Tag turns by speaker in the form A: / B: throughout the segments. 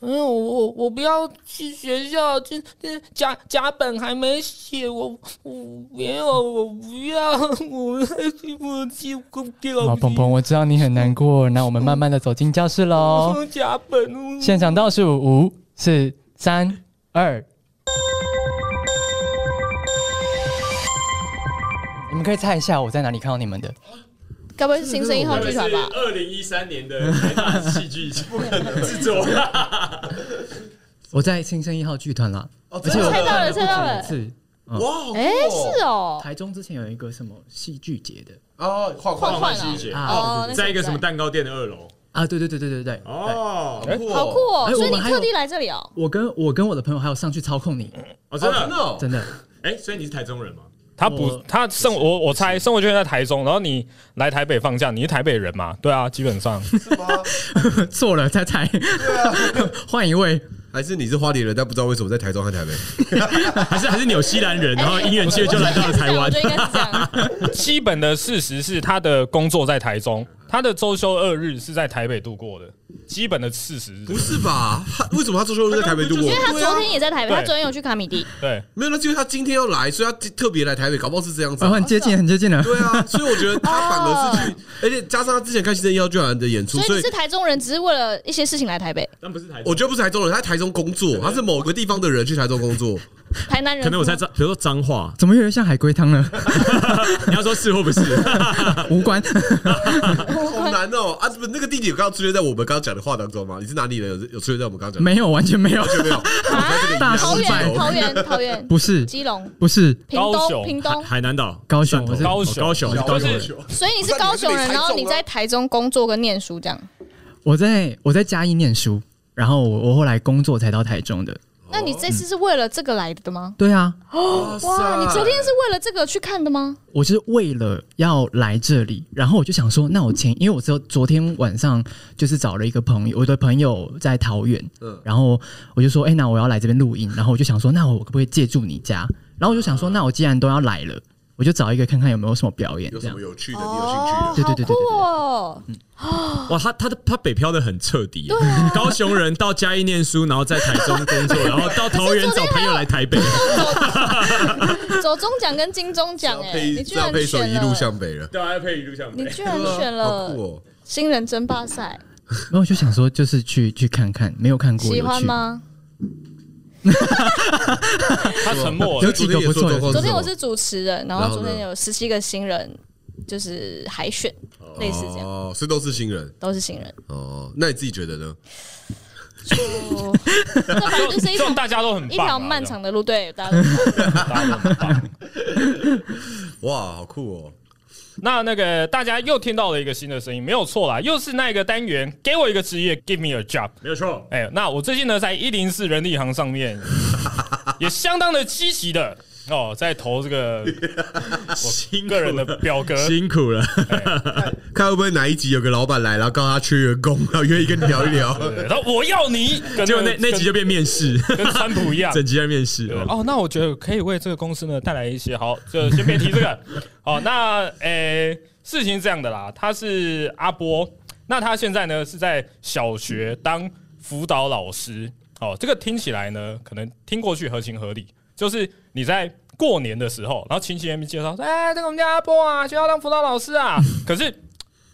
A: 嗯，我我我不要去学校，这这甲甲本还没写，我我没有，我不要，我欺负欺负掉。
B: 好，鹏鹏，我知道你很难过，那我们慢慢的走进教室喽。
A: 我甲本，
B: 现场倒数五、四、三、二。你们可以猜一下我在哪里看到你们的？
C: 该不会是新生一号剧团吧？
D: 二零一三年的台大戏剧不可能制作。
B: 我在新生一号剧团啦，
D: 哦
B: 而且我
C: 猜到了，
B: 不止
C: 猜到了
B: 一！次。
D: 哇，
C: 哎，是哦，
B: 台中之前有一个什么戏剧节的
D: 哦，换
C: 换换
D: 戏剧节
B: 啊
C: 哦，那
D: 在一个什么
C: 现在？
D: 蛋糕店的二楼
B: 啊？对对对对对
E: 哎
B: 对。对
D: 哦
C: 好酷哦！
B: 哎我
C: 所以你
B: 们还有
C: 特地来这里哦？
B: 我跟我跟我的朋友还有上去操控你，
C: 啊
D: 哦，真的
F: 哦
B: 真的。
D: 哎，所以你是台中人吗？
E: 他不
B: 我，
E: 他生我我猜生活圈在台中，然后你来台北放假，你是台北人嘛？对啊，基本上
B: 错了，猜猜， 换一位。
F: 还是你是花莲人，但不知道为什么在台中和台北？
D: 还是还是纽西兰 人，然后因缘际会就来 到了台
C: 啊我
D: 湾
C: 觉。得应该是这样。
E: 基本的事实是他的工作在台中，他的周休二日是在台北度过的。基本的事实是这
F: 不
E: 样，
F: 是吧？ 他为什么他周休日在台北度过？
C: 因为他
F: 对啊
C: 昨天也在台北，
E: 对
C: 他昨天有去卡米蒂，
E: 对，
F: 没有，那就是他今天要来，所以他特别来台北，搞不好是这样子
B: 啊，
F: 啊、
B: 很接近，很接近了。
F: 对啊，所以我觉得他反而是去，而且加上他之前看《新生一号剧团》的演出，
C: 所以
F: 嗯所
C: 你
F: 以
C: 是台中人，只是为了一些事情来台北，
D: 但不是台中，
F: 我觉得不是台中人，他在台中工作，他是某个地方的人去台中工作。
C: 台南人
D: 可能我在脏，比如说脏话，
B: 怎么越来越像海龟汤了？
D: 你要说是或不是？
B: 无关。
F: 好难哦！啊，不，那个地点有刚刚出现在我们刚刚讲的话当中吗？你是哪里人？有有出现在我们刚刚讲的？
B: 没有，完全没有，
F: 没有，
C: 啊
B: 大
C: 桃
B: 失败
C: 园、。桃园、桃园、
B: 不是，
C: 基隆、
B: 不是，
C: 屏
E: 高
C: 东、
E: 雄
C: 屏
D: 海
C: 东，
D: 海南岛、
B: 高雄
D: 汕
B: 我是
D: 头
E: 高
D: 哦
E: 雄
D: 高雄，高雄
E: 就
D: 人
E: 是。
C: 所以你是高雄人，然后你在台中工作跟念书这样。
B: 我在我在嘉义念书，然后我我后来工作才到台中的。
C: 那你这次是为了这个来的吗？
B: 对啊，
C: 哇，你昨天是为了这个去看的吗？
B: 我是为了要来这里，然后我就想说，那我前，因为我只有昨天晚上就是找了一个朋友，我的朋友在桃园，
F: 嗯
B: 然后我就说，哎、那我要来这边录音，然后我就想说，那我可不可以借住你家？然后我就想说，那我既然都要来了，我就找一个看看有没有什么表演，
F: 有
B: 这
F: 什
B: 样
F: 么有趣的？你有兴趣
C: 哦，
F: 的？
B: 对对
C: 好
B: 对对对对
C: 酷哦！
D: 哇，他他的他北漂的很彻底耶，
C: 啊
D: 高雄人到嘉义念书，然后在台中工作，然后到桃园找朋友来台北，
C: 走中奖跟金钟奖，哎，
F: 配
C: 你居然
F: 配手
C: 选
F: 一路
C: 了，
F: 向北了，
D: 对啊，配一路向
C: 你居然选
F: 好
C: 了
F: 酷哦！
C: 新人争霸赛，
B: 然后我就想说，就是去去看看，没有看过，
C: 喜
B: 有
C: 欢
B: 趣。
C: 吗？
E: 他沉默
B: 有
E: 了。
B: 哎几个不错的
C: 昨天我是主持人，然
F: 然
C: 后
F: 后呢
C: 昨天有十七个新人，就是海选，类似这样，
F: 哦，所以都是新人
C: 都是新人。
F: 哦。那你自己觉得呢？
C: 就这反正就是
E: 哦这
C: 一
E: 种
C: 场
E: 大家都很
C: 一
E: 棒啊，
C: 条漫长的路， 对，大家都
E: 这种大家都很棒。
F: 哇，好酷哦！
E: 那那个大家又听到了一个新的声音，没有错啦，又是那个单元，给我一个职业，give me a job。
D: 没有错。
E: 哎、那我最近呢，在一零四人力行上面也相当的积极的哦，在投这个我个人的 表格。
D: 辛苦了，
F: 看会不会哪一集有个老板来，然后告诉他缺员工，然后愿意跟你聊一聊。
E: 对然后我要你，跟
D: 结果那
E: 个
D: 那集就变面试，
E: 跟跟川普一样。
D: 整集在面试。
E: 对
D: 哦
E: 哦，那我觉得可以为这个公司呢带来一些好，就先别提这个。好，那诶、事情是这样的啦，他是阿波，那他现在呢是在小学当辅导老师。哦，这个听起来呢，可能听过去合情合理，就是你在过年的时候，然后亲戚那边介绍，哎，这个我们家阿波啊，学校当辅导老师啊。可是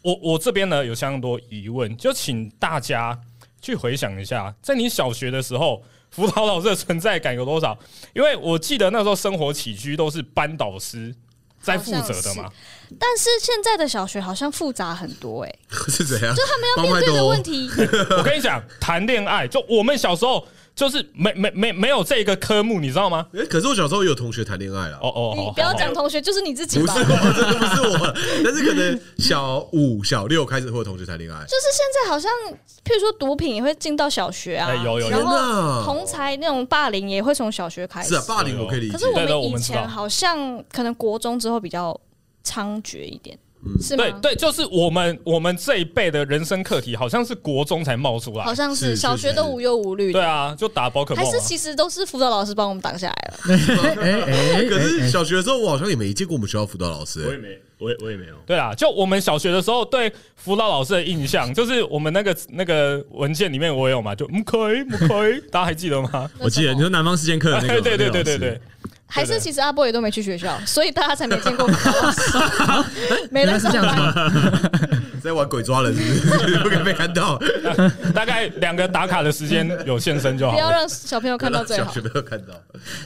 E: 我我这边呢有相当多疑问，就请大家去回想一下，在你小学的时候，辅导老师的存在感有多少？因为我记得那时候生活起居都是班导师在负责的嘛，
C: 但是现在的小学好像复杂很多、哎，
F: 是怎样？就他们
C: 要面
F: 哦
C: 对的问题，
E: 我跟你讲，谈恋爱就我们小时候就是没没没没有这个科目，你知道吗？
F: 哎、可是我小时候也有同学谈恋爱啦。
E: 哦哦，
C: 你
E: 好
C: 不要
E: 好
C: 讲同学，就是你自己
F: 不
C: 吧。
F: 是
C: 就
F: 我，真的不是我，但是可能小五、小六开始会有同学谈恋爱。
C: 是现在好像，譬如说毒品也会进到小学啊，
E: 哎有有有
C: 然
F: 天哪
C: 后同才那种霸凌也会从小学开始。
F: 是啊，霸凌我可以理
C: 可
F: 解
C: 是。我
E: 对对
C: 们
E: 我
C: 以
E: 们知道
C: 前好像可能国中之后比较猖獗一点，
F: 嗯
C: 是吗
E: 对？对，就是我们我们这一辈的人生课题，好像是国中才冒出来
C: 好。像
F: 是
C: 是
F: 是
C: 小学
F: 是
C: 都无忧无虑
E: 对
C: 的，
E: 啊，就打宝可
C: 还
E: 梦、啊
C: 是。其实都是辅导老师帮我们挡下来了？
B: 哎哎
F: 可是小学的时候，我好像也没见过我们学校辅导老师、
D: 我也
F: 欸。
D: 没，我也我也没有。
E: 对啊，就我们小学的时候对辅导老师的印象，就是我们那个那个文件里面我有嘛，就不可以不可以，大家还记 得吗？
D: 我记得你说南方四剑客的那个
E: 对
D: 嘛，
E: 对对
D: 那个
E: 对
D: 老
E: 对
D: 师
E: 对，
C: 还是其实阿波也都没去学校，所以大家才没见过辅导老师，没
B: 原来
C: 人
B: 是这样子吗？
F: 在玩鬼抓人是不是？不敢被 看到，
E: 大概两个打卡的时间有现身就好
C: 不要
E: 了。
C: 让小朋友看到最
F: 小
C: 好
F: 学。没有看到。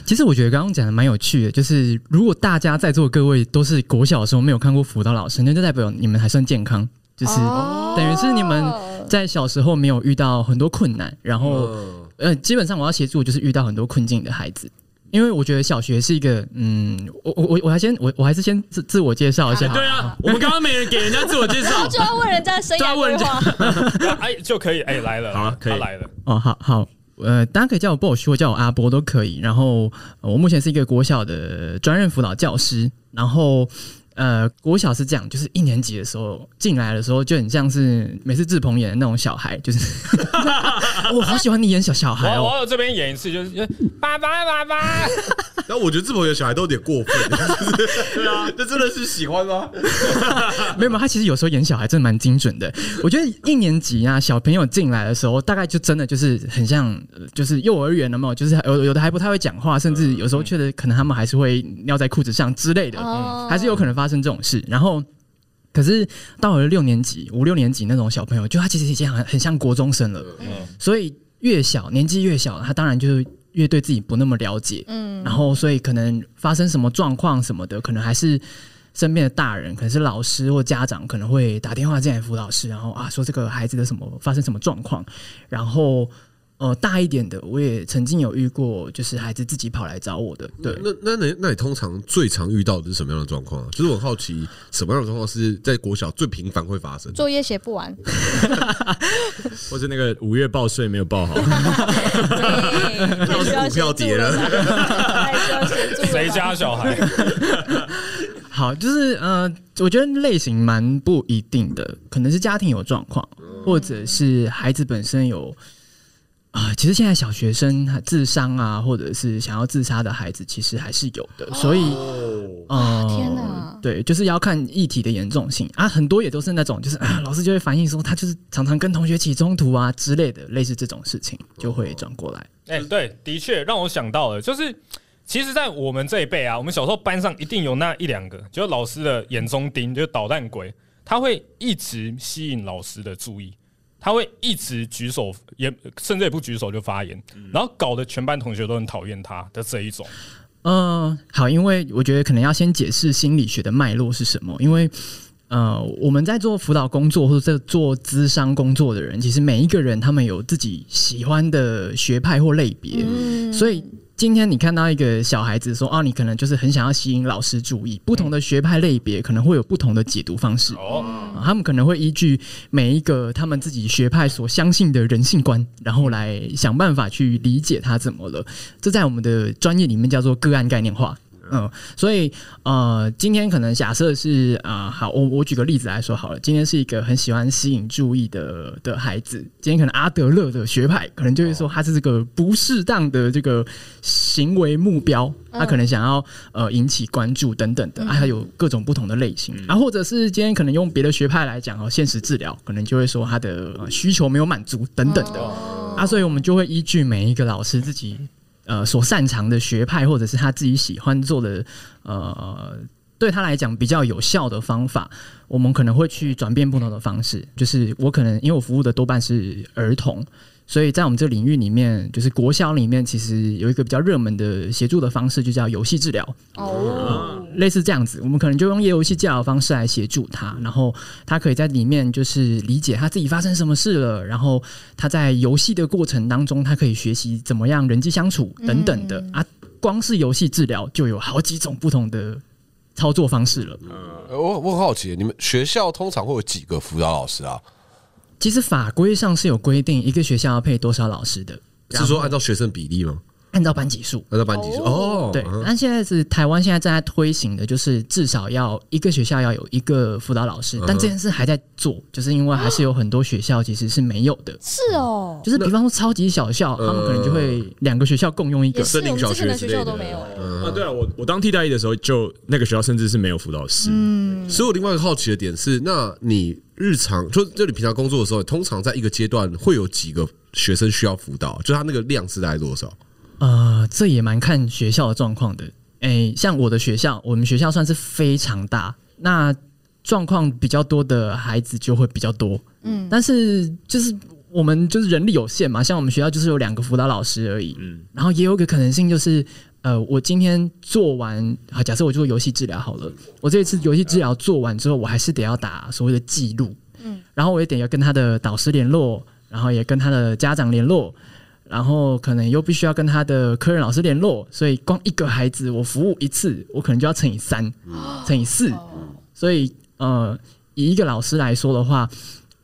B: 其实我觉得刚刚讲的蛮有趣的，就是如果大家在座的各位都是国小的时候没有看过辅导老师，那就代表你们还算健康，就是、
C: 哦，
B: 等于是你们在小时候没有遇到很多困难，然后、
F: 嗯，
B: 呃，基本上我要协助就是遇到很多困境的孩子。因为我觉得小学是一个，嗯，我我我我还先我我还是先自自我介绍一下，
D: 对啊，我们刚刚没人给人家自我介绍
C: 就要问人家生
D: 就
C: 涯
D: 要问
C: 规
D: 人家
C: 划，
E: 哎，就可以哎来了，
D: 好啊可以
E: 他来了。
B: 哦，好好，呃，大家可以叫我 Bosch 或叫我阿波都可以。然后、呃我目前是一个国小的专任辅导教师。然后呃，国小是这样，就是一年级的时候进来的时候，就很像是每次志鹏演的那种小孩，就是 我好喜欢你演小小
E: 我
B: 孩哦。
E: 我这边演一次，就是就是爸爸爸爸，
F: 但我觉得志鹏的小孩都有点过 分，对啊，这真的是喜欢吗？
B: 没有，没有他其实有时候演小孩真的蛮精准的。我觉得一年级啊，小朋友进来的时候，大概就真的就是很像，呃就是幼儿园了嘛，就是有有的还不太会讲话，甚至有时候确实可能他们还是会尿在裤子上之类的。
C: 哦
B: 还是有可能发生这种事。然后，可是到了六年级、五六年级那种小朋友，就他其实已经很很像国中生了，所以越小年纪越小，他当然就是越对自己不那么了解。
C: 嗯
B: 然后，所以可能发生什么状况什么的，可能还是身边的大人，可能是老师或家长，可能会打电话进来辅导室，然后啊说这个孩子的什么发生什么状况，然后。呃，大一点的，我也曾经有遇过，就是孩子自己跑来找我的，对，
F: 那那那那你通常最常遇到的是什么样的状况啊？就是我很好奇，什么样的状况是在国小最频繁会发生的？
C: 作业写不完，
D: 或者那个五月报税没有报好，
C: 太需要协
F: 股票
C: 助
F: 跌了
C: 了吧， 太需要协助了吧。
E: 谁家小孩？
B: 好，就是呃，我觉得类型蛮不一定的，可能是家庭有状况，或者是孩子本身有啊、其实现在小学生他自伤啊，或者是想要自杀的孩子，其实还是有的，所以。呃
C: 啊天哪
B: 对，就是要看议题的严重性啊，很多也都是那种，就是
C: 嗯
B: 啊，老师就会反映说他就是常常跟同学起冲突啊之类的，类似这种事情就会转过来。
E: 哎，对，的确让我想到了，就是其实，在我们这一辈啊，我们小时候班上一定有那一两个，就是老师的眼中钉，就是捣蛋鬼，他会一直吸引老师的注意，他会一直举手，也甚至也不举手就发言，然后搞得全班同学都很讨厌他的这一种。
B: 嗯，好，因为我觉得可能要先解释心理学的脉络是什么，因为。呃，我们在做辅导工作或者在做咨商工作的人，其实每一个人他们有自己喜欢的学派或类别，所以今天你看到一个小孩子说啊，你可能就是很想要吸引老师注意，不同的学派类别可能会有不同的解读方式。
E: 哦，
B: 啊他们可能会依据每一个他们自己学派所相信的人性观，然后来想办法去理解他怎么了。这在我们的专业里面叫做个案概念化。嗯，所以呃，今天可能假设是啊、呃好，我我举个例子来说好了。今天是一个很喜欢吸引注意的的孩子，今天可能阿德勒的学派可能就会说他是这个不适当的这个行为目标，他可能想要呃引起关注等等的，啊，还有各种不同的类型，啊，或者是今天可能用别的学派来讲哦，现实治疗可能就会说他的、呃需求没有满足等等的，啊，所以我们就会依据每一个老师自己呃所擅长的学派，或者是他自己喜欢做的呃。对他来讲比较有效的方法，我们可能会去转变不同的方式。就是我可能因为我服务的多半是儿童，所以在我们这个领域里面，就是国小里面，其实有一个比较热门的协助的方式，就叫游戏治疗，
C: 哦，
B: 类似这样子，我们可能就用游戏治疗的方式来协助他，然后他可以在里面就是理解他自己发生什么事了，然后他在游戏的过程当中，他可以学习怎么样人际相处等等的、啊。光是游戏治疗就有好几种不同的操作方式了。
G: 呃我我很好奇，你们学校通常会有几个辅导老师啊？
B: 其实法规上是有规定，一个学校要配多少老师的。
F: 是说按照学生比例吗？
B: 按照班级数。
F: 那到班级是哦，
B: 对，
F: 嗯
B: 那现在是台湾现在正在推行的，就是至少要一个学校要有一个辅导老
F: 嗯
B: 师，但这件事还在做，就是因为还是有很多学校其实是没有的，
C: 是哦，
B: 就是比方说超级小校，
F: 嗯
B: 他们可能就会两个学校共用一
C: 也
B: 个，
C: 哦是
F: 森
C: 我
F: 林
C: 们之
F: 小
C: 前
F: 学
C: 的
F: 之
C: 学
F: 类
C: 校
F: 的
C: 都没有哎。
D: 啊，对啊，我我当替代役的时候，就那个学校甚至是没有辅导室，
F: 所以我另外一个好奇的点是，那你日常就就你平常工作的时候，通常在一个阶段会有几个学生需要辅导？就他那个量是大概多少？
B: 呃，这也蛮看学校的状况的。诶，像我的学校，我们学校算是非常大，那状况比较多的孩子就会比较多。嗯，但是就是我们就是人力有限嘛，像我们学校就是有两个辅导老师而已。嗯，然后也有一个可能性就是，呃，我今天做完，啊，假设我做游戏治疗好了，我这一次游戏治疗做完之后，我还是得要打所谓的记录。嗯，然后我也得要跟他的导师联络，然后也跟他的家长联络，然后可能又必须要跟他的科任老师联络，所以光一个孩子我服务一次，我可能就要乘以三、
C: 哦
B: 乘以四，所以呃，以一个老师来说的话，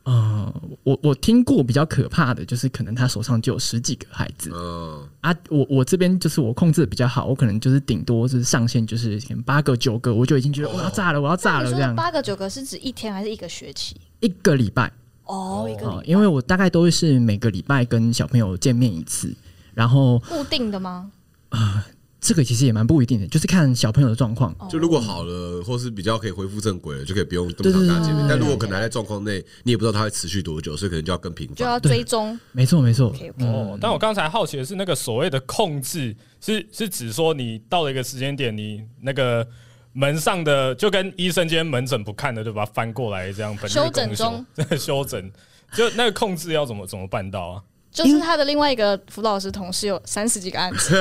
B: 呃，我我听过比较可怕的就是可能他手上就有十几个孩子
F: 嗯，
B: 啊，我我这边就是我控制的比较好，我可能就是顶多就是上限就是可能八个九个，我就已经觉得我要炸了，我要炸了
C: 那哦你
B: 这
C: 说
B: 样
C: 的，八个九个是指一天还是一个学期？
B: 一个礼拜。
C: 哦，一个
B: 哦，
C: 礼
B: 因为我大概都是每个礼拜跟小朋友见面一次，然后
C: 固定的吗？
F: 哦
B: 这个其实也蛮不一定的，就是看小朋友的状况。
C: 哦
F: 就如果好了，或是比较可以恢复正轨了，就可以不用这
B: 对对
F: 么常跟他见面。
B: 对
F: 但如果可能还在状况内，你也不知道他会持续多久，所以可能就要更频
C: 就
F: 繁。
C: 要追踪。
B: 没错，没错。
C: OK，
F: 嗯
E: 哦，但我刚才好奇的是，那个所谓的控制，是是指说你到了一个时间点，你那个门上的就跟医生今天门诊不看的，就把它翻过来这样，本日
C: 休整
E: 公
C: 中，
E: 修整，就那个控制要怎么怎么办到啊？
C: 就是他的另外一个辅导老师同事有三十几个案子，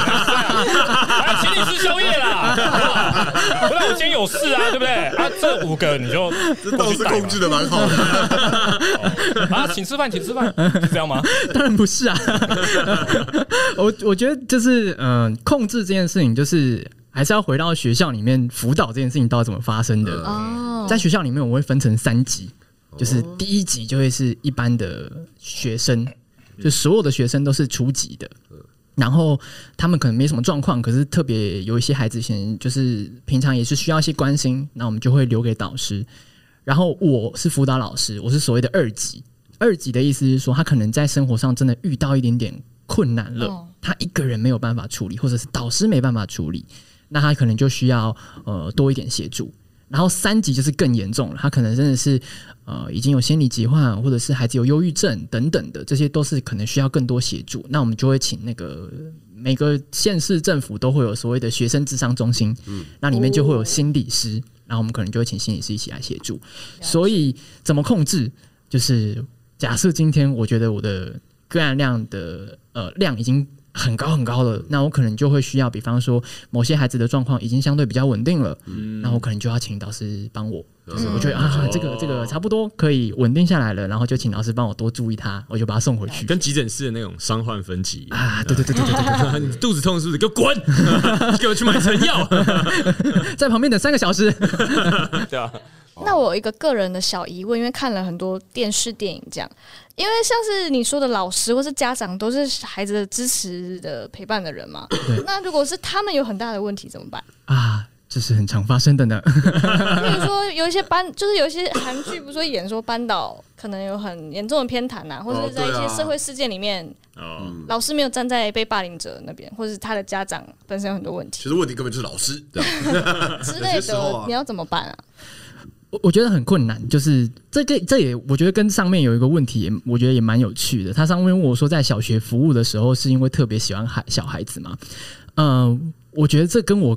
E: 啊，请你吃宵夜啦！不然我今天有事啊，对不对？啊，这五个你就
F: 这倒是控制的蛮好的，
E: 啊，请吃饭，请吃饭，是这样吗？
B: 当然不是啊， 我我觉得就是嗯、呃控制这件事情，就是还是要回到学校里面辅导这件事情到底怎么发生的。
C: 哦，
B: 在学校里面，我会分成三级，就是第一级就会是一般的学生，就所有的学生都是初级的。然后他们可能没什么状况，可是特别有一些孩子，可能就是平常也是需要一些关心，那我们就会留给导师。然后我是辅导老师，我是所谓的二级。二级的意思是说，他可能在生活上真的遇到一点点困难了，
C: 哦
B: 他一个人没有办法处理，或者是导师没办法处理，那他可能就需要呃多一点协助。然后三级就是更严重了，他可能真的是呃已经有心理疾患，或者是孩子有忧郁症等等的，这些都是可能需要更多协助。那我们就会请那个每个县市政府都会有所谓的学生智商中心，那里面就会有心理师，然后我们可能就会请心理师一起来协助。所以怎么控制？就是假设今天我觉得我的个案量的呃量已经很高很高了，那我可能就会需要，比方说某些孩子的状况已经相对比较稳定了，那我可能就要请导师帮我，就是我觉得啊这个这个差不多可以稳定下来了，然后就请老师帮我多注意他，我就把他送回去。
D: 跟急诊室的那种伤患分级
B: 啊，对对对对对对
D: 啊，你肚子痛是不是？给我滚！ 给我去买成药。
B: 对，在旁边等三个小时。
D: 对啊，
F: 哦
C: 那我有一个个人的小疑问，因为看了很多电视电影这样，因为像是你说的老师或是家长都是孩子的支持的陪伴的人嘛，那如果是他们有很大的问题怎么办？
B: 啊，这是很常发生的呢。
C: 比如说有一些班，就是有一些韩剧不是会演说班导可能有很严重的偏袒呐、或者
F: 哦
C: 是在一
F: 对
C: 些
F: 啊
C: 社会事件里面，
D: 哦，
C: 老师没有站在被霸凌者那边，或者是他的家长本身有很多问
F: 其
C: 题
F: 实问题根本就是老师。对
C: 之类
F: 有些时候啊
C: 的，你要怎么办啊？
B: 我我觉得很困难，就是这这这也我觉得跟上面有一个问题也，我觉得也蛮有趣的。他上面问我说，在小学服务的时候，是因为特别喜欢孩小孩子嘛？嗯、我觉得这跟我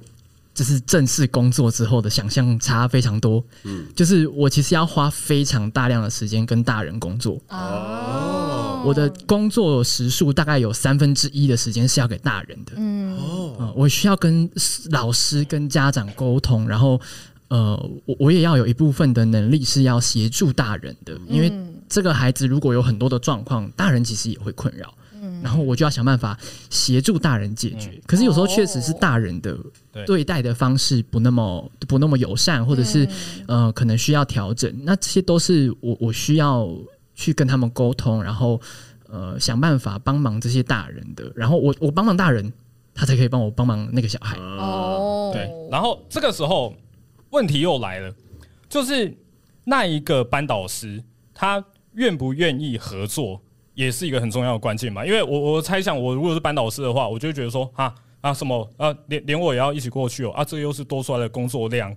B: 就是正式工作之后的想象差非常多。嗯，就是我其实要花非常大量的时间跟大人工作，
C: 哦，
B: 我的工作时数大概有三分之一的时间是要给大人的。
C: 嗯，
B: 嗯，我需要跟老师、跟家长沟通，然后呃，我我也要有一部分的能力是要协助大人的，因为这个孩子如果有很多的状况，大人其实也会困扰。然后我就要想办法协助大人解决，可是有时候确实是大人的
E: 对
B: 对待的方式不那么不那么友善，或者是、呃可能需要调整，那这些都是我我需要去跟他们沟通，然后呃想办法帮忙这些大人的，然后我我帮忙大人，他才可以帮我帮忙那个小孩。
F: 嗯
C: 哦，
E: 对，然后这个时候问题又来了，就是那一个班导师他愿不愿意合作，也是一个很重要的关键嘛。因为我我猜想，我如果是班导师的话，我就会觉得说啊啊什么啊，连连我也要一起过去哦啊，这个又是多出来的工作量。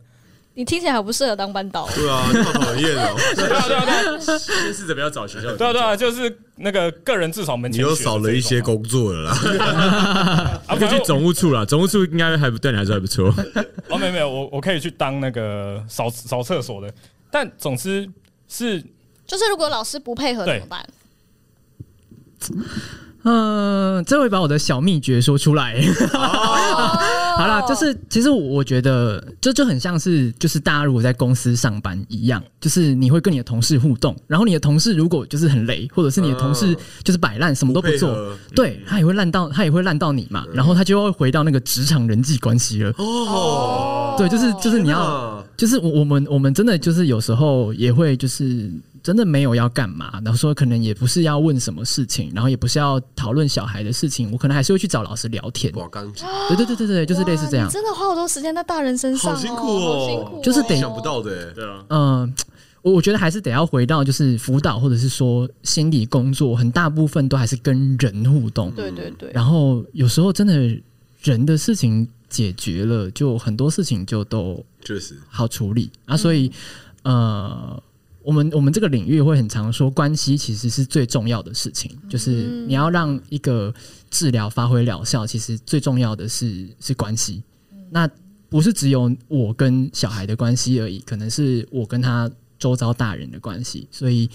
C: 你听起来好不适合当班导，
F: 对啊，你好讨厌哦！
E: 对啊对啊对啊
D: 先是怎么样找学校的？
E: 对啊对啊， 就是那个个人至少门
F: 你
E: 前
F: 又
E: 雪
F: 少了一些
E: 这种
F: 工作了啦。
D: 可以
E: 啊，反
D: 去
E: 正
D: 总务处啦，总务处应该还不对你还是还 不错。
E: 哦，没有没有，我我可以去当那个扫扫厕所的，但总之是
C: 就是如果老师不配合
E: 对
C: 怎么办？
B: 嗯、这会把我的小秘诀说出来。
F: 哦
B: 好啦，就是其实我我觉得这就很像是就是大家如果在公司上班一样，就是你会跟你的同事互动，然后你的同事如果就是很雷，或者是你的同事就是摆烂，什么都不
F: 嗯不
B: 做
F: 配合，嗯
B: 对他也会烂到他也会烂到你嘛，然后他就会回到那个职场人际关系了。
F: 哦，
B: 对，就是就是你要，就是我我们我们真的就是有时候也会就是真的没有要干嘛，然后说可能也不是要问什么事情，然后也不是要讨论小孩的事情，我可能还是会去找老师聊天。
F: 哇，刚
B: 对对对对对，就是类似这样
C: 哇你。真的花好多时间在大人身上、哦，
F: 好辛苦哦
C: 好辛苦哦
B: 就是得
F: 想不到的欸，
D: 对啊，
B: 嗯，我我觉得还是得要回到就是辅导或者是说心理工作，很大部分都还是跟人互动。
C: 对对对，
F: 嗯
B: 然后有时候真的人的事情解决了，就很多事情就都
F: 确实
B: 好处理啊，所以、呃，我们我们这个领域会很常说，关系其实是最重要的事情，就是你要让一个治疗发挥疗效，其实最重要的是是关系。那不是只有我跟小孩的关系而已，可能是我跟他周遭大人的关系，所以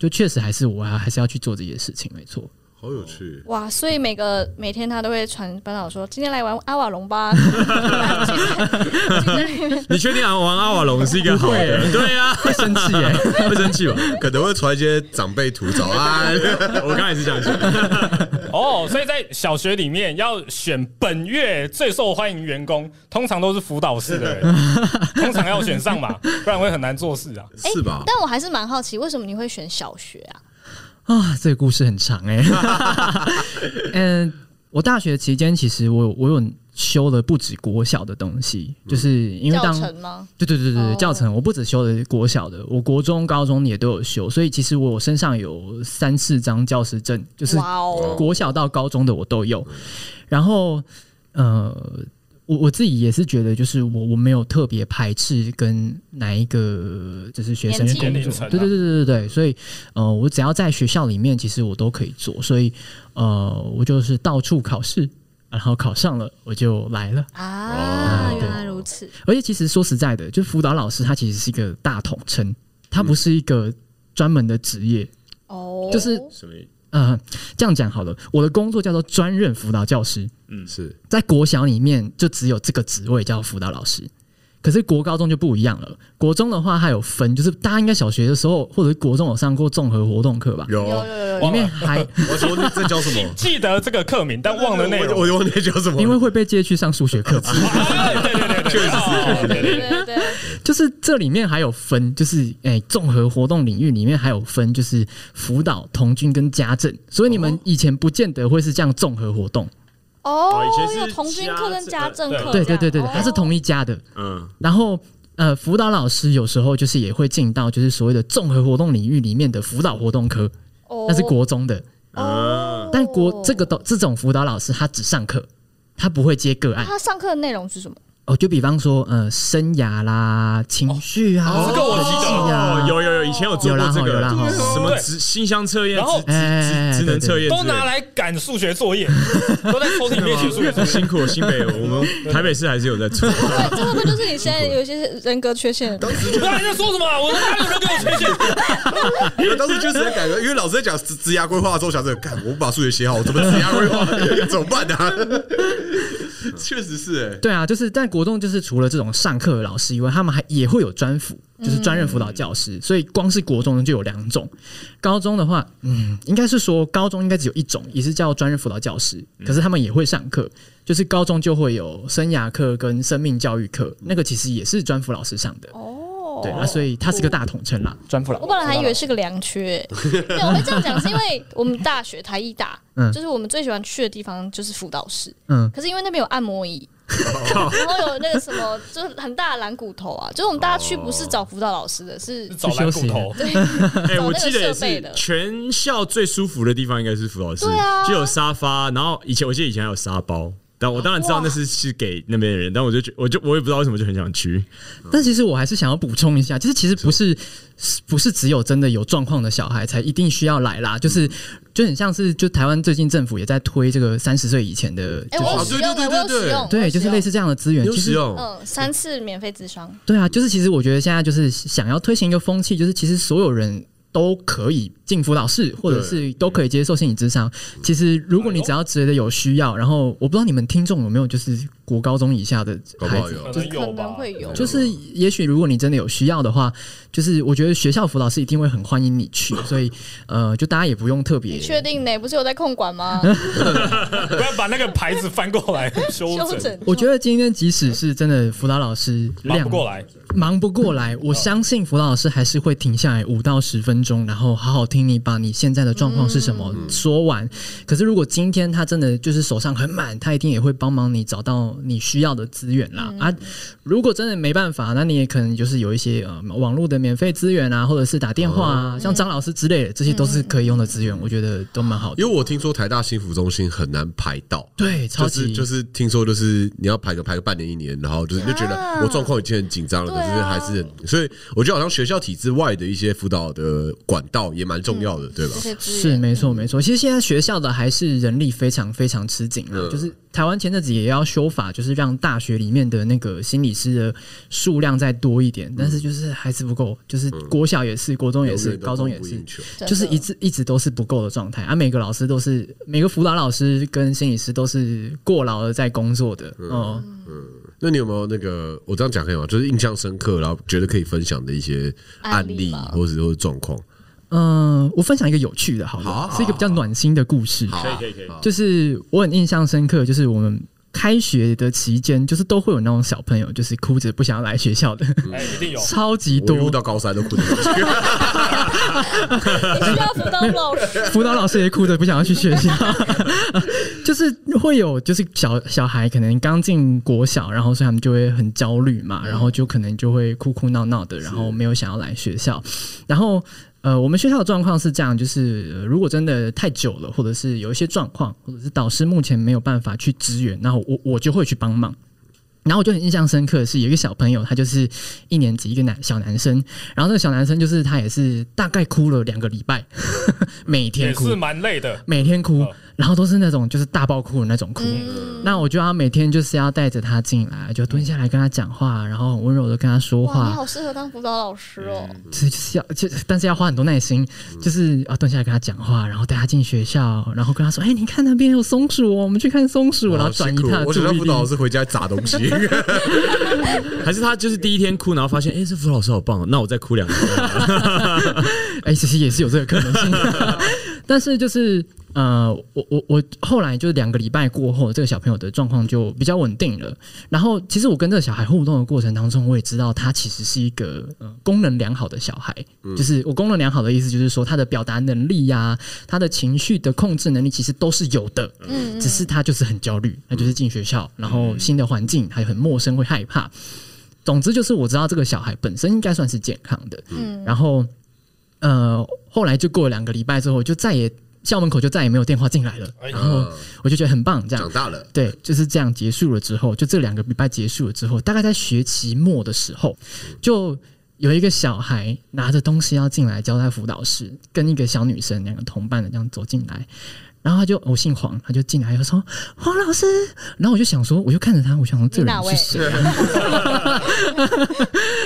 B: 就确实还是我还还是要去做这些事情，没错。
F: 好有趣。
C: 哇，所以每个每天他都会传班导说，今天来玩阿瓦隆 吧。
D: 你确定玩阿瓦隆是一个好的？对 啊，
B: 会生气耶、
D: 会生气吧？
F: 可能会传一些长辈图早安，
D: 我刚才也是这样想。
E: 哦，所以在小学里面要选本月最受欢迎员工，通常都是辅导室的人，通常要选上嘛，不然会很难做事啊。
F: 是吧？
C: 但我还是蛮好奇，为什么你会选小学啊？
B: 啊，这个故事很长哎、嗯，我大学期间其实我有我有修了不止国小的东西，就是因为
C: 教
B: 当
C: 程吗？
B: 对对对对
C: 哦
B: 对教程，我不止修了国小的，我国中、高中也都有修，所以其实我身上有三四张教师证，就是
C: 哇哦，
B: 国小到高中的我都有。然后，呃，我我自己也是觉得，就是我我没有特别排斥跟哪一个就是学生
C: 年纪
B: 工
E: 年龄
B: 作，
E: 层啊？
B: 对对对对对对，所以呃，我只要在学校里面，其实我都可以做，所以呃，我就是到处考试，然后考上了我就来了。
C: 啊，
B: 哦
C: 原来如此。
B: 而且其实说实在的，就辅导老师他其实是一个大统称，他
C: 嗯
B: 不是一个专门的职业，
C: 哦，
B: 就是呃，这样讲好了，我的工作叫做专任辅导教师。
F: 是
B: 在国小里面就只有这个职位叫辅导老师，可是国高中就不一样了。国中的话还有分，就是大家应该小学的时候或者是国中有上过综合活动课吧，
F: 有。
C: 有有有有，
B: 里面还
F: 我说你在教什么
E: 记得这个课名，但忘了内容。
F: 我我我在教什么？
B: 因为会被接去上数学课，
E: 啊对对对对，确实对 对
C: 对对对，
B: 就是这里面还有分，就是诶综、合活动领域里面还有分，就是辅导、童军跟家政，所以你们以前不见得会是这样综合活动，
C: 哦
D: 以前，是
C: 有童军课跟家政课，
B: 对对对对
C: 这
B: 对，
C: 样哦
B: 它是同一家的，
D: 嗯，
B: 然后呃，辅导老师有时候就是也会进到就是所谓的综合活动领域里面的辅导活动科，
C: 哦
B: 那是国中的，
C: 哦
B: 但国这个都这种辅导老师他只上课，他不会接个案
C: 他上课的内容 是什么？
B: 哦。就比方说呃，生涯啦、情绪啊、
E: 哦这个我记得
B: 人际啊
D: 哦，有有有，以前有做
B: 有
D: 过
B: 啦
D: 这
B: 有
D: 个
B: 啦哦哈
D: 什么职心箱测验、
E: 然后
D: 职
B: 哎
D: 职职职能测验之类的，
E: 都拿来赶数学作业，都在抽屉里面写数学作业。
D: 辛苦了新北，我们台北市还是有在做。
C: 对，这会不会就是你现在有一些人格缺陷？
E: 你刚才在说什么啊？我他妈有人给我缺陷？
F: 我当时就是在改革，因为老师在讲职职涯规划的时候，我想着，干，我不把数学写好，我怎么职涯规划？ 怎么办啊？
B: 哎
F: 确实是哎、
B: 对啊，就是但国中就是除了这种上课的老师以外，他们还也会有专辅，就是专任辅
C: 嗯
B: 导教师。所以光是国中就有两种，高中的话，嗯，应该是说高中应该只有一种，也是叫专任辅导教师，
C: 嗯
B: 可是他们也会上课，就是高中就会有生涯课跟生命教育课，那个其实也是专辅老师上的。
C: 哦，
B: 对啊，所以它是个大统称啦，专辅老。
C: 我本来还以为是个 良缺，没有，我会这样讲是因为我们大学台艺大，
B: 嗯
C: 就是我们最喜欢去的地方就是辅导室，
B: 嗯，
C: 可是因为那边有按摩椅，然后有那个什么，就是很大的蓝骨头啊，就是我们大家去不是找辅导老师的， 是
E: 找蓝骨头，
D: 哎、
C: 找
D: 我
C: 那
D: 记
C: 个
D: 得也
C: 设备
D: 是
C: 的。
D: 全校最舒服的地方应该是辅导室，
C: 对啊
D: 就有沙发，然后以前我记得以前还有沙包。但我当然知道那是是给那边的人，但我就觉我就我也不知道为什么就很想去。
B: 但其实我还是想要补充一
F: 嗯
B: 下，就是其实不是不是只有真的有状况的小孩才一定需要来
F: 嗯
B: 啦，就是就很像是就台湾最近政府也在推这个三十岁以前的，
C: 哎，
B: 就是
C: 我有使用，哎
F: 对
C: 我
F: 对对
C: 有
F: 对
C: 使用，
B: 对，就是类似这样的资源，
F: 有
B: 其
F: 使
B: 实哦
F: 用，
C: 嗯，三次免费咨商，
B: 对啊，就是其实我觉得现在就是想要推行一个风气，就是其实所有人。都可以进辅导室，或者是都可以接受心理咨商。其实，如
F: 哎
B: 果你只要觉得有需要，然后我不知道你们听众有没有就是国高中以下的
F: 搞不
B: 孩
F: 好
B: 子，
F: 有
E: 可能
C: 可
E: 有
C: 能
E: 吧。
C: 会有，
B: 就是也许如果你真的有需要的话，就是我觉得学校辅导室一定会很欢迎你去，所以呃，就大家也不用特别
C: 你确定呢？不是有在控管 吗？
E: 不要把那个牌子翻过来 修
C: 修
E: 整，
C: 整，
B: 我觉得今天即使是真的辅导老师
E: 忙
B: 量
E: 不过来。
B: 忙不过
F: 嗯
B: 来，我相信辅导老师还是会停下来五到十分钟，然后好好听你把你现在的状况是什么
F: 嗯
B: 说完。可是如果今天他真的就是手上很满，他一定也会帮忙你找到你需要的资源啦。
F: 嗯
B: 啊，如果真的没办法，那你也可能就是有一些呃网络的免费资源啊，或者是打电话
F: 嗯
B: 啊，像张老师之类的，这些都是可以用的资源，我觉得都蛮好的。
F: 因为我听说台大幸福中心很难排到。
B: 对，超
F: 就
B: 级
F: 是就是听说就是你要排个排个半年一年，然后就是你就觉
B: 啊
F: 得我状况已经很紧张了，可
C: 对
F: 是
C: 啊
F: 还是很，所以我觉得好像学校体制外的一些辅导的管道也蛮重要的，对吧
C: 这？些资源
B: 是 没错没错，其实现在学校的还是人力非常非常吃紧啊，
F: 嗯
B: 就是台湾前阵子也要修法，就是让大学里面的那个心理师的数量再多一
F: 嗯
B: 点，但是就是还是不够，就是国小也是，国中也
F: 永
B: 是，
F: 远都
B: 高中也
F: 供不
B: 是
F: 应，求
C: 真
B: 就是
C: 的
B: 一直一直都是不够的状态啊。每个老师都是，每个辅导老师跟心理师都是过劳的在工作的，
F: 嗯
B: 哦、
F: 那你有没有那个我这样讲可以吗？就是印象深刻，然后觉得可以分享的一些案
C: 案例
F: 例
C: 吧
F: 或者或者状况？
B: 嗯、我分享一个有趣的，好了，
F: 好啊
B: 是一个比较暖心的故事，
F: 好啊，
D: 可以可以可以
F: 好
B: 就是我很印象深刻，就是我们开学的期间，就是都会有那种小朋友，就是哭着不想要来学校的，
D: 哦
E: 哎，一定 有。
B: 超级
F: 我一路
B: 多。
F: 到高三都 哭了，
C: 你需要辅导老师，啊
B: 辅导老师也哭着不想要去学校，就是会有就是小小孩可能刚进国小，然后所以他们就会很焦虑嘛，然后就可能就会哭哭闹闹的，然后没有想要来学校，然后。呃，我们学校的状况是这样，就是、呃如果真的太久了，或者是有一些状况，或者是导师目前没有办法去支援，然后我我就会去帮忙。然后我就很印象深刻的是，有一个小朋友，他就是一年级一个男小男生，然后那个小男生就是他也是大概哭了两个礼拜， 每天
E: 也
B: 哭
E: 是，蛮累的，
B: 每天哭
F: 嗯
E: 哦，
B: 然后都是那种就是大爆哭的那种哭。那我就要每天就是要带着他进来，就蹲下来跟他讲话，然后很温柔的跟他说
C: 哇，你
B: 话，
C: 好适合当辅导老师哦，
B: 是就是要就但是要花很多耐心，就是要蹲下来跟他讲话，然后带他进学校，然后跟他说：“哎、你看那边有松鼠哦，我们去看松鼠。”然后转移
F: 辛苦
B: 他的
F: 我想
B: 注
F: 到
B: 意
F: 辅导老
B: 力。
F: 师回家砸东 西，
D: 还是他就是第一天哭，然后发现，哎、这辅导老师好棒、哦，那我再哭两天。
B: 哎、其实也是有这个可能性，但是就是呃，我我我后来就是两个礼拜过后，这个小朋友的状况就比较稳定了。然后其实我跟这个小孩互动的过程当中，我也知道他其实是一个呃功能良好的小孩，就是我功能良好的意思就是说他的表达能力呀、他的情绪的控制能力其实都是有的，
C: 嗯
B: 只是他就是很焦虑，他就是进学校，然后新的环境还有很陌生，会害怕。总之就是我知道这个小孩本身应该算是健康的，
C: 嗯，
B: 然后呃，后来就过了两个礼拜之后，就再也校门口就再也没有电话进来了，
E: 哎
B: 然后我就觉得很棒，这样
F: 长大了，
B: 对，就是这样结束了之后，就这两个礼拜结束了之后，大概在学期末的时候，就有一个小孩拿着东西要进来交代辅导室，跟一个小女生两个同伴的这样走进来。然后他就，我姓黄，他就进来，他说黄老师，然后我就想说，我就看着他，我想说这人
C: 你哪
B: 是 谁、 啊？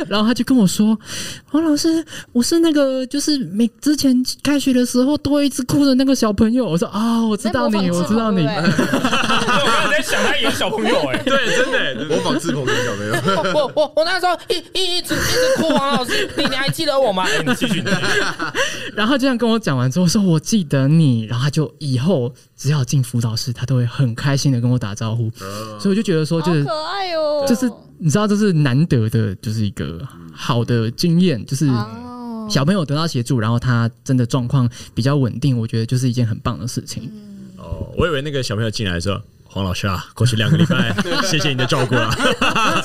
B: 然后他就跟我说，黄老师，我是那个就是每之前开学的时候都会一直哭的那个小朋友。我说哦，我知道
C: 在模
B: 你，
C: 仿
B: 我
C: 制
B: 知道
C: 服
B: 你，
C: 对不对
E: 我刚才在想他演小朋友哎、
D: 对，真的，真的
F: 模仿自捧的小朋友，
A: 我我我我那时候一一一直一直哭，王老师，你你还记得我吗？
E: 哎你继续，你继续
B: 然后他这样跟我讲完之后，说我记得你，然后他就以后只要进辅导室，他都会很开心的跟我打招呼，所以我就觉得说，就是
C: 好可爱哦、
B: 就是你知道，这是难得的，就是一个好的经验，就是
C: 哦，
B: 小朋友得到协助，然后他真的状况比较稳定，我觉得就是一件很棒的事情。
C: 嗯
D: 哦，我以为那个小朋友进来的时候，黄老师啊，过去两个礼 拜，谢谢你的照顾 啊，
C: 好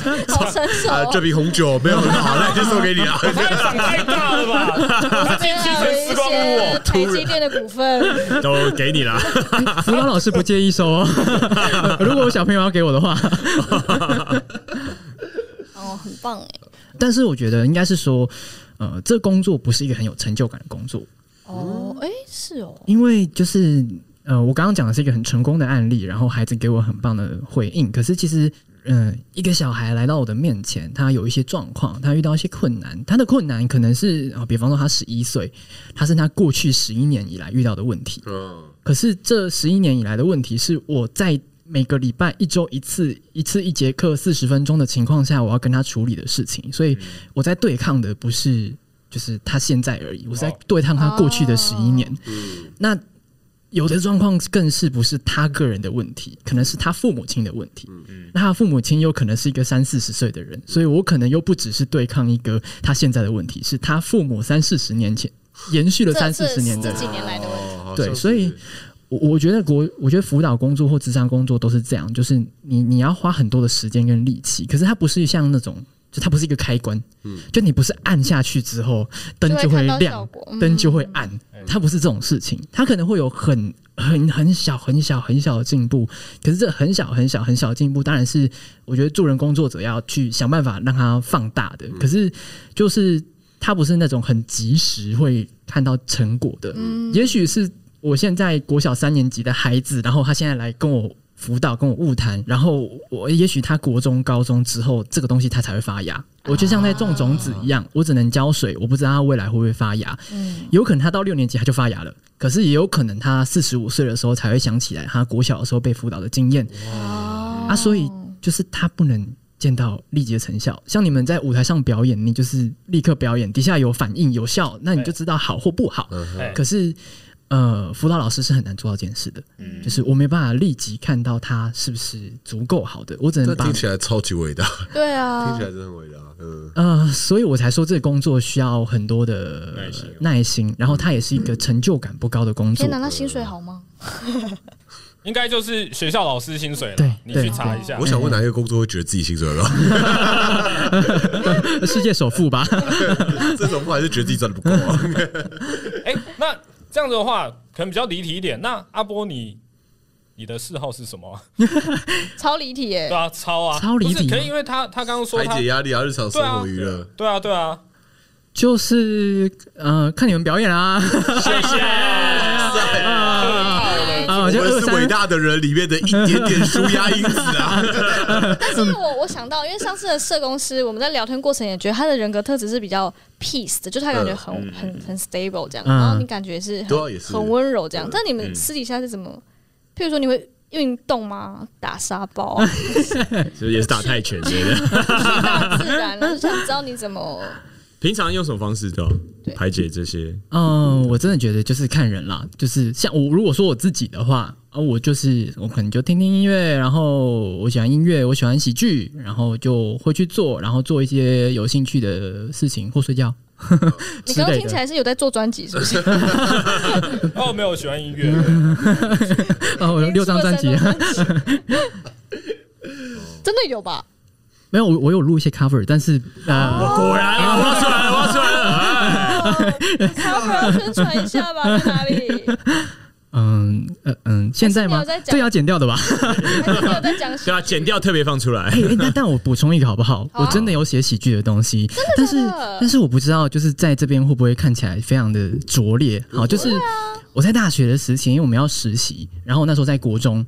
C: 成熟、
F: 啊，这瓶红酒没有很好，那就送给你 了。
A: 哎
E: 他也长太大了吧？他进
C: 竟
E: 去
C: 然有一
E: 成时光屋
C: 些
E: 哦。
C: 台积电的股份，
D: 都给你啦。
B: 辅导老师不介意收 哦，如果我小朋友要给我的话。
C: 哦，很棒哎、
B: 但是我觉得应该是说，呃，这工作不是一个很有成就感的工作，
C: 哦，哎、是哦，
B: 因为就是呃，我刚刚讲的是一个很成功的案例，然后孩子给我很棒的回应。可是其实，嗯、一个小孩来到我的面前，他有一些状况，他遇到一些困难，他的困难可能是啊、比方说他十一岁，他是他过去十一年以来遇到的问题。
F: 嗯，
B: 可是这十一年以来的问题是，我在每个礼拜一周一次，一次一节课四十分钟的情况下，我要跟他处理的事情，所以我在对抗的不是就是他现在而已，我是在对抗他过去的十一年。那有的状况更是不是他个人的问题，可能是他父母亲的问题。那他父母亲有可能是一个三四十岁的人，所以我可能又不只是对抗一个他现在的问题，是他父母三四十年前延续了
C: 这
B: 三四
C: 这
B: 十年的
C: 这
B: 人。
C: 几年来的问题，
F: 哦，好
B: 对
F: 像是
B: 所以我我觉得国，我觉得辅导工作或职场工作都是这样，就是你你要花很多的时间跟力气，可是它不是像那种，就它不是一个开关，
F: 嗯
B: 就你不是按下去之后灯就
C: 就会
B: 会
C: 看到效
B: 亮
C: 果，
B: 灯
C: 嗯
B: 就会暗，
F: 哎
B: 它不是这种事情，它可能会有很很很小很小很小的进步，可是这很小很小很小的进步，当然是我觉得助人工作者要去想办法让它放大的，
F: 嗯
B: 可是就是它不是那种很及时会看到成果的，也许是我现在国小三年级的孩子，然后他现在来跟我辅导，跟我物谈，然后我也许他国中、高中之后，这个东西它才会发芽。我就像在种种子一样，我只能浇水，我不知道它未来会不会发芽。
C: 嗯
B: 有可能他到六年级他就发芽了，可是也有可能他四十五岁的时候才会想起来他国小的时候被辅导的经验。
C: 哦
B: 啊，所以就是他不能见到立即的成效。像你们在舞台上表演，你就是立刻表演，底下有反应有效，那你就知道好或不好。
D: 嗯
E: 哎
B: 可是，呃，辅导老师是很难做到这件事的，
C: 嗯
B: 就是我没办法立即看到他是不是足够好的，我只
F: 这
B: 能把
F: 听。起来超级伟大，
C: 对
F: 听
C: 啊
F: 起，来真的很伟大。嗯，
B: 呃，所以我才说这个工作需要很多的
D: 耐心
B: 耐心，然后它也是一个成就感不高的工作
C: 天。哪，那薪水好吗？
E: 应该就是学校老师薪水
B: 对
E: 了，你去查一下
F: 我。想问哪一个工作会觉得自己薪 水很高？
B: 世界首富吧？
F: 这种话还是觉得自己赚的不够啊？
E: 哎，那这样子的话，可能比较离题一点。那阿波，你你的嗜好是什么啊？
C: 超离体耶、
E: 对啊，抄啊，
B: 超离题
E: 不是可
B: 吗
E: 以，因为他他刚刚说
F: 排
E: 他
F: 解，压力啊，日常生活娱乐。
E: 对啊，对啊，
B: 就是呃，看你们表演 啊，
E: 谢谢。
B: 啊，
F: 我
B: 我就
F: 们
B: 二
F: 是
B: 三
F: 伟大的人里面的一点点舒压因子 啊！
C: 但是因为我我想到，因为上次的社工师，我们在聊天过程也觉得他的人格特质是比较 peace 的，就是他感觉很、很很 stable 这样，
B: 嗯
C: 然后你感觉是很
F: 对啊也是
C: 很温柔这样。
F: 对
C: 但你们私底下是怎么？譬如说你会运动吗？打沙包啊、
D: 是不是也 是打泰拳之类的？
C: 去大自然啊，就想知道你怎么
D: 平常用什么方式都排解这些？
B: 嗯，我真的觉得就是看人啦，就是像我如果说我自己的话啊，我就是我可能就听听音乐，然后我喜欢音乐，我喜欢喜剧，然后就会去做，然后做一些有兴趣的事情或睡觉。
C: 你
B: 之
C: 刚刚
B: 类
C: 听起
B: 的。
C: 来是有在做专辑，是不是？
E: 哦，没有，我喜欢音乐。
B: 哦，我有六张专辑，
C: 真的有吧？
B: 没有我我有录一些 cover，但是 呃，
D: 果然啊，挖出来了，挖出来了！
C: 要不要宣传一下吧？在哪里？
B: 嗯呃嗯，现在
C: 还
B: 吗
C: 是你有在？讲
B: 这要剪掉的吧？
C: 还是没有在讲喜
D: 对啊，剪掉特别放出来
B: 哎、。欸但但我补充一个好不好？
C: 好啊
B: 我真的有写喜剧的东西，但是
C: 假哦的
B: 但是我不知道，就是在这边会不会看起来非常的
C: 啊
B: 拙劣？好，就是我在大学的时期，因为我们要实习，然后那时候在国中。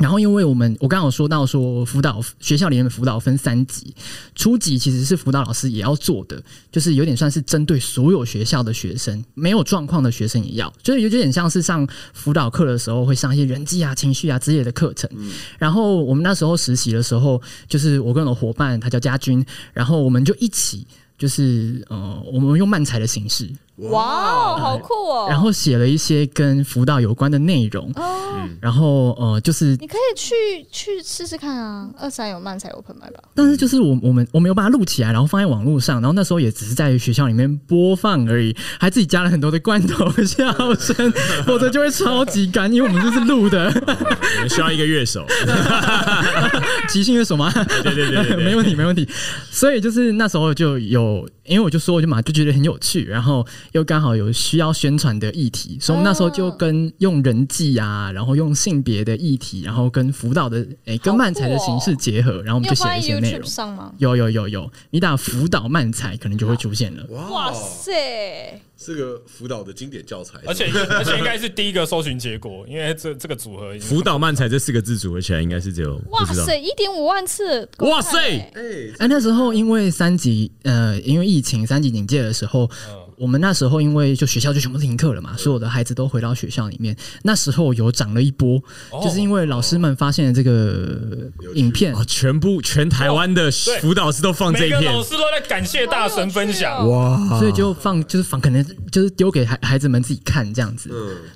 B: 然后，因为我们我刚刚有说到说辅导学校里面的辅导分三级，初级其实是辅导老师也要做的，就是有点算是针对所有学校的学生，没有状况的学生也要，就是有点像是上辅导课的时候会上一些人际啊、情绪啊之类的课程。然后我们那时候实习的时候，就是我跟我的伙伴他叫家军，然后我们就一起就是呃，我们用漫才的形式，
C: 哇，好酷哦！
B: 然后写了一些跟辅导有关的内容，
C: 哦，
B: 然后呃，就是
C: 你可以去去试试看啊，二三有漫才 open 麦吧。
B: 但是就是我我们我没有把它录起来，然后放在网络上，然后那时候也只是在学校里面播放而已，还自己加了很多的罐头笑声，否则就会超级干，因为我们就是录的，
D: 我们需要一个乐手，
B: 即兴乐手嘛，
D: 对对对对对
B: 没问题没问题。所以就是那时候就有，因为我就说我就马上就觉得很有趣，然后又刚好有需要宣传的议题，所以我们那时候就跟用人际啊，然后用性别的议题，然后跟辅导的诶、跟漫才的形式结合，然后我们
C: 你有
B: 就写
C: 放
B: 了
C: 在
B: 一些内
C: YouTube
B: 容。
C: 上吗？
B: 有有有有，你打辅导漫才可能就会出现了。
F: 哇哦
C: 哇，塞，
F: 是个辅导的经典教材，
E: 而且而且应该是第一个搜寻结果，因为这这个组合已经
D: 辅导漫才这四个字组合起来应该是只有
C: 哇
D: 不知道
C: 塞，欸一点五万次，
D: 哇塞
F: 哎、
B: 哎、那时候因为三级，呃，因为疫情三级警戒的时候，我们那时候因为就学校就全部停课了嘛，所有的孩子都回到学校里面。那时候有涨了一波，就是因为老师们发现了这个影片，
D: 啊！全部全台湾的辅导师都放这
E: 每
D: 一
E: 个
D: 片，
E: 老师都在感谢大神分享，
C: 哦
B: 所以就放就是放，可能就是丢给孩孩子们自己看这样子。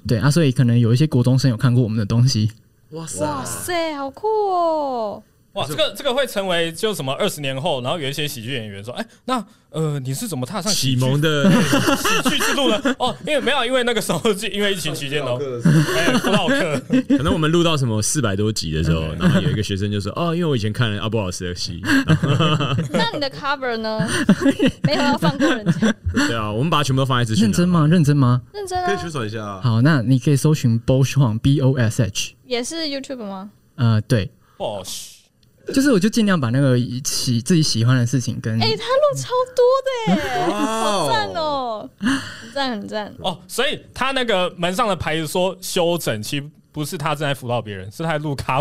B: 对啊，所以可能有一些国中生有看过我们的东西。
F: 哇
C: 哇
F: 塞，
C: 塞，好酷哦！
E: 哇，这个这个会成为就什么二十年后，然后有一些喜剧演员说，哎、那呃你是怎么踏上喜
D: 启
E: 剧
D: 蒙的
E: 喜剧之路呢？ 哦，因为没有，因为那个时候是因为疫情期间哦，哎，不唠嗑，
D: 可能我们录到什么四百多集的时候，然后有一个学生就说：“哦，因为我以前看了阿波老师的戏。然后
C: 那你 的 cover 呢？没有要放过人家，”
D: 对啊，我们把它全部都放在资
B: 认
D: 讯栏
B: 真？吗？认真吗？
C: 认真
F: 可以宣
C: 啊，
F: 传一下啊。
B: 好，那你可以搜寻 Boshong B O S H，
C: 也是 YouTube 吗？
B: 呃，对，
E: 哦，嘘
B: 就是我就尽量把那个喜自己喜欢的事情跟
C: 哎、他录超多的耶，
F: 哇
C: 好赞哦，很赞很赞。
E: 哦，所以他那个门上的牌子说休整，其实不是他正在辅导别人，是他在录咖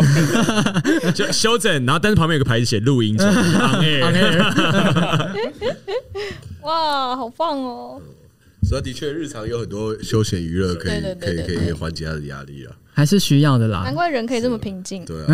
E: 啡。
D: 就修整，然后但是旁边有个牌子写录音中 on air，
C: 哇，好棒哦！
F: 所以的确，日常有很多休闲娱乐可
C: 对
F: 以
C: 对
F: 可以
C: 对对
F: 可
C: 对
F: 以可以缓解他的压力啊。
B: 还是需要的啦
C: 难。怪人可以这么平静。
F: 对啊，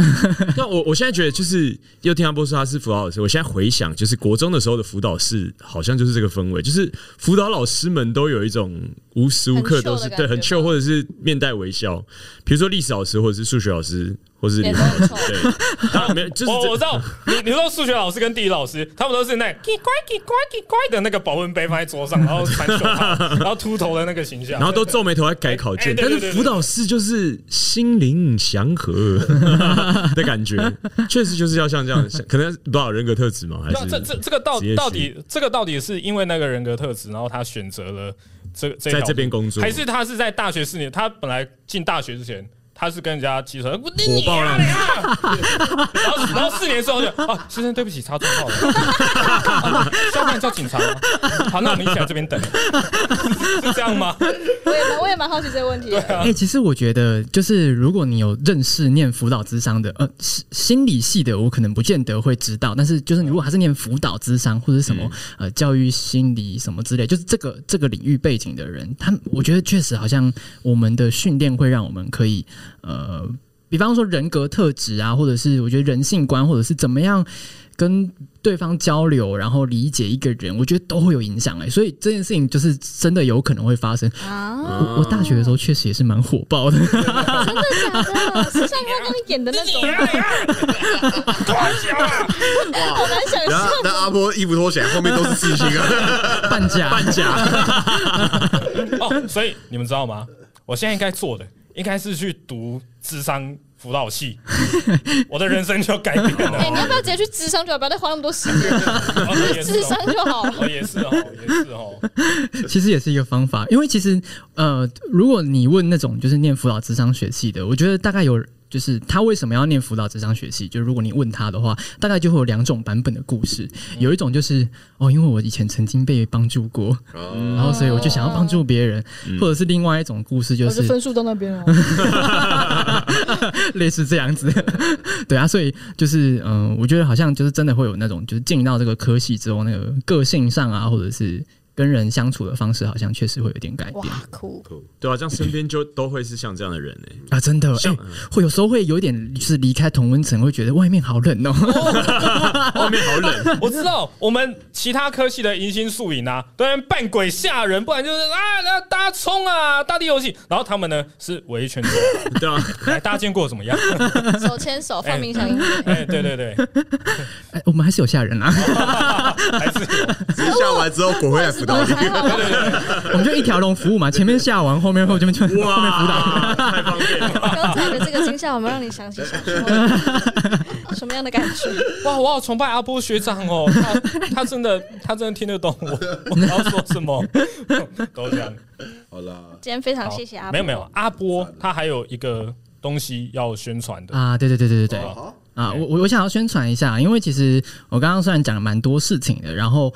D: 但我我现在觉得，就是又听阿波说他是辅导老师，我现在回想，就是国中的时候的辅导室，好像就是这个氛围，就是辅导老师们都有一种无时无刻都是
C: 很 chill 的感觉
D: 对很 chill，
C: 吗
D: 或者是面带微笑。比如说历史老师，或者是数学老师，或是
C: 脸
D: 语文
C: 都很
D: 老师，
C: 臭
D: 对，当然 没有就是
E: 我
D: 这
E: 哦我知道，你你说数学老师跟地理老师，他们都是那 叽乖叽乖叽乖的那个保温杯放在桌上，然后穿袖套， 然后秃头的那个形象，
D: 然后都皱眉头在改考
E: 哎哎
D: 卷，
E: 对
D: 但
E: 对
D: 是辅导室就是心灵祥 和的感觉，确实就是要像这样，可能不知道人格特质吗？还
E: 那
D: 是
E: 这这这个到
D: 职业
E: 到底这个到底是因为那个人格特质，然后他选择了这这条
D: 在
E: 路
D: 这边工作
E: 还是他是在大学四年？他本来进大学之前，他是跟人家集合，我你
D: 火爆
E: 啊
D: 浪
E: 你啊！ 然后然后四年之后就啊，先生对不起，查错号了， 啊下班叫警察吗？好，那我们一起来这边等， 是这样吗？
C: 我也蛮我也蛮好奇这个问题的。
B: 哎、其实我觉得，就是如果你有认识念辅导智商的，呃，心心理系的，我可能不见得会知道。但是，就是你如果还是念辅导智商或者什么、呃教育心理什么之类，就是这个这个领域背景的人，他们我觉得确实好像我们的训练会让我们可以呃，比方说人格特质啊，或者是我觉得人性观，或者是怎么样跟对方交流，然后理解一个人，我觉得都会有影响哎、所以这件事情就是真的有可能会发生。
C: 啊，
B: 我我大学的时候确实也是蛮火爆的，
C: 真的假的？是像他刚刚演的那种， 好难想
F: 然后
C: 象。
F: 那阿波衣服脱起来，后面都是刺青啊。
B: 半价 半价，
E: 哦，所以你们知道吗？我现在应该做的应该是去读智商辅导系，我的人生就改变了。
C: 哎、你要不要直接去智商就好，不要再花那么多时间，
E: 哦也是
C: 智
E: 哦
C: 商就好了。
E: 哦，也是哦，也是哦。
B: 其实也是一个方法。因为其实呃，如果你问那种就是念辅导智商学系的，我觉得大概有就是他为什么要念辅导这张学系？就如果你问他的话，大概就会有两种版本的故事。有一种就是哦，因为我以前曾经被帮助过，然后所以我就想要帮助别人，或者是另外一种故事嗯哦就
C: 我是
B: 是
C: 分数到那边了，
B: 类似这样子，对啊，所以就是嗯、呃我觉得好像就是真的会有那种，就是进到这个科系之后，那个个性上啊，或者是跟人相处的方式，好像确实会有点改
C: 哇
B: 变，
C: 酷！
D: 对啊，这样身边就都会是像这样的人哎、
B: 啊，真的，哎、会有时候会有点就是离开同温层，会觉得外面好冷哦、
D: 外面好冷，
E: 我知道我们其他科系的迎新宿营啊，都在那边扮鬼吓人，不然就是啊， 那大家冲啊，大地游戏。然后他们呢是围一圈走，
D: 对啊，
E: 哎，大家见过怎么样？
C: 手牵手放冥想音乐，
E: 哎，对对对，
B: 哎，我们还是有吓人啊，
E: 还是有
F: 只是下完之后滚回来辅导 你。
C: 还好吧？
B: 我们就一条龙服务嘛，前面吓完，后面后面就后面辅导。
D: 哇，太方便了。
C: 刚才的这个惊吓，有没有让你想起小时候什么样的感觉？
E: 哇，我好崇拜阿波学长哦，他他真的他真的听得懂我我要说什么， 都这样。
F: 好啦，
C: 今天非常
E: 好
C: 谢谢阿，
E: 没有没有，，阿波他还有一个东西要宣传的，
B: 啊，对对对对对对。啊，我我我想要宣传一下，因为其实我刚刚虽然讲了蛮多事情的，然后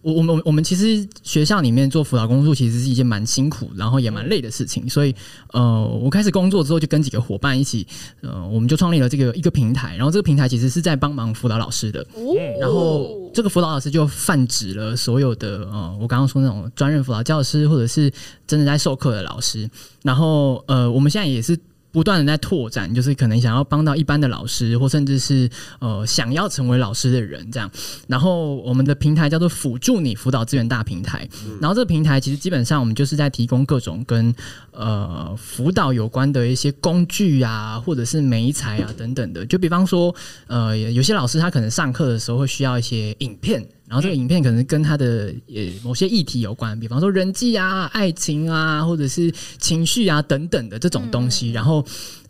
B: 我我们我们其实学校里面做辅导工作其实是一件蛮辛苦，然后也蛮累的事情，所以呃，我开始工作之后就跟几个伙伴一起，呃，我们就创立了这个一个平台，然后这个平台其实是在帮忙辅导老师的，
E: 嗯
C: 哦
B: 然后这个辅导老师就泛指了所有的呃，我刚刚说那种专任辅导教师，或者是真的在授课的老师。然后呃，我们现在也是不断的在拓展，就是可能想要帮到一般的老师，或甚至是呃想要成为老师的人这样。然后我们的平台叫做辅助你辅导资源大平台。然后这个平台其实基本上我们就是在提供各种跟呃辅导有关的一些工具啊，或者是媒材啊等等的。就比方说，呃，有些老师他可能上课的时候会需要一些影片。然后这个影片可能跟他的呃某些议题有关，比方说人际啊、爱情啊，或者是情绪啊等等的这种东西。然后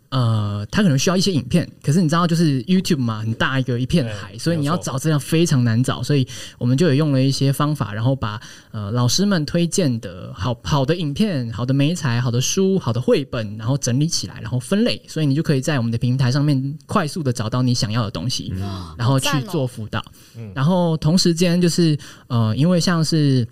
B: 呃，他可能需要一些影片，可是你知道，就是 YouTube 嘛，很大一个一片海，
E: 对
B: 所以你要
E: 没错
B: 找资料非常难找，所以我们就有用了一些方法，然后把呃老师们推荐的好好的影片、好的美材、好的书、好的绘本，然后整理起来，然后分类，所以你就可以在我们的平台上面快速的找到你想要的东西，
E: 嗯
B: 然后去
C: 好赞哦
B: 做辅导。然后同时间就是呃，因为像是。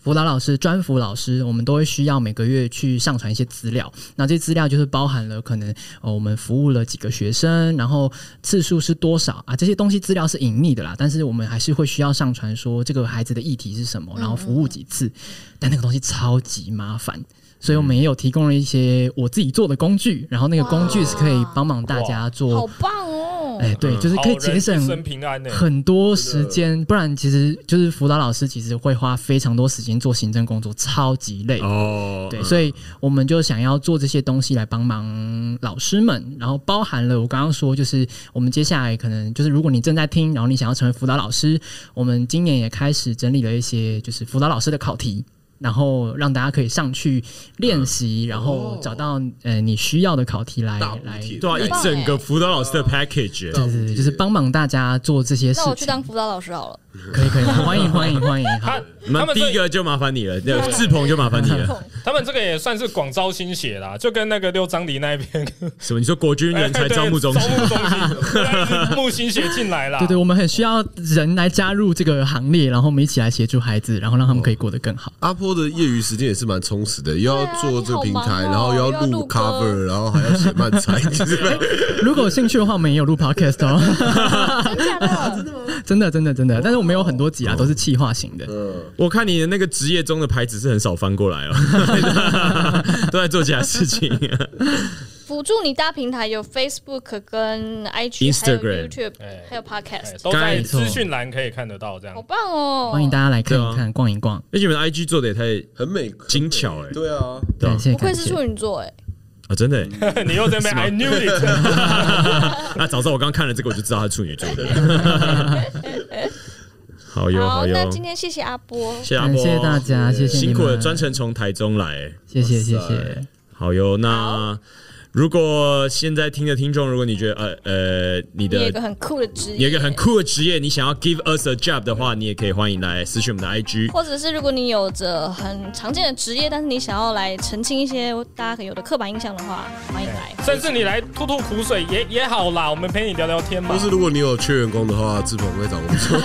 B: 辅导老师、专辅老师，我们都会需要每个月去上传一些资料。那这些资料就是包含了可能呃，我们服务了几个学生，然后次数是多少啊？这些东西资料是隐匿的啦，但是我们还是会需要上传说这个孩子的议题是什
E: 嗯
B: 么，然后服务几次。但那个东西超级麻烦，所以我们也有提供了一些我自己做的工具，然后那个工具是可以帮忙大家
C: 好
B: 做，
C: 棒哦！
B: 哎，对，就是可以
E: 好人
B: 节省
E: 一生平安呢。
B: 很多时间，不然其实就是辅导老师其实会花非常多时间做行政工作，超级累。
D: 哦，
B: 对，所以我们就想要做这些东西来帮忙老师们，然后包含了我刚刚说，就是我们接下来可能就是如果你正在听，然后你想要成为辅导老师，我们今年也开始整理了一些就是辅导老师的考题。然后让大家可以上去练习，然后找到呃你需要的考嗯题来
F: 大补
B: 来，对
F: 贴
D: 对啊，一整个辅导老师的 package，欸、
B: 对对，就是帮忙大家做这些事
C: 那我去
B: 情。
C: 当辅导老师好了。
B: 可以可以，欢迎欢迎欢迎，好
E: 他，
D: 我们
E: 他们
D: 第
E: 这
D: 一个就麻烦你了，对志鹏就麻烦你了。
E: 他们这个也算是广招新血啦，就跟那个六张犁那一边
D: 什么？你说国军人才招募中心
E: 哎？ 对招募中心对一直募新血进来啦。
B: 对对，我们很需要人来加入这个行列，然后我们一起来协助孩子，然后让他们可以过得更好。
G: 阿波的业余时间也是蛮充实的，又要做这个平台，
C: 对啊你好忙哦
G: 然后又
C: 又要
G: 要
C: 录
G: 录
C: 歌
G: cover，然后还要写漫才，就是
B: 如果有兴趣的话，我们也有录 podcast 哦，
C: 真假的？
B: 真的真的真的，但是我们有很多集啊，都是气化型的。
D: 我看你的那个职业中的牌子是很少翻过来哦，哦 都在做其他事情。
C: 辅助你搭平台有 Facebook 跟 IG、还有
D: Instagram
C: YouTube，
E: 哎
C: 还有
E: 哎
C: Podcast，
E: 都在
D: 没
B: 错
E: 资讯栏可以看得到，这样
C: 好棒哦！
B: 欢迎大家来看一
D: 对
B: 看，逛一逛。
D: 而且你们的 IG 做的也太
F: 很美，
D: 精巧哎、
F: 对啊，
B: 感谢
C: 不愧
B: 感
C: 是
B: 谢
C: 处。女座哎，
D: 啊，真的、欸。
E: 你又在那边 I knew it，
D: 那早知道我刚看了这个，我就知道他是处女座。好哟
C: 好，
D: 好哟
C: 那，今天谢谢阿波，
D: 谢谢阿
B: 感
D: 波，
B: 谢大家，谢谢你
D: 辛
B: 们
D: 苦了，专程从台中来欸。
B: 谢谢谢谢。
D: 好哟，那如果现在听的听众，如果你觉得呃呃你
C: 你有一
D: 的
C: 个很酷的职业，
D: 你有一个很酷的职业，你想要 give us a job 的话，你也可以欢迎来私讯我们的 IG。
C: 或者是如果你有着很常见的职业，但是你想要来澄清一些大家可能有的刻板印象的话，欢迎来。
E: 甚至你来吐吐苦水也也好啦，我们陪你聊聊天嘛
F: 或。是如果你有缺员工的话，志鹏会找工作。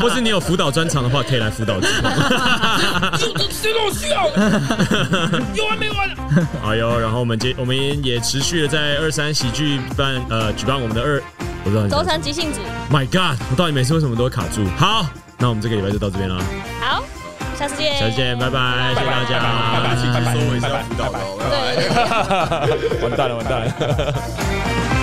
D: 或是你有辅导专长的话，可以来辅导志鹏。
E: 就就谁跟我需要？有完没完？
D: 好哟，然后我们接我们也持续的在二三喜剧办呃举办我们的二，我不知道你
C: 周三即兴子，
D: My God，我到底每次为什么都会卡住？好，那我们这个礼拜就到这边了，
C: 好，下次见，
D: 下次见，拜拜，谢谢大家，
F: 收尾是要辅导的哦，拜拜。
C: 对。
E: 完蛋了，完蛋了。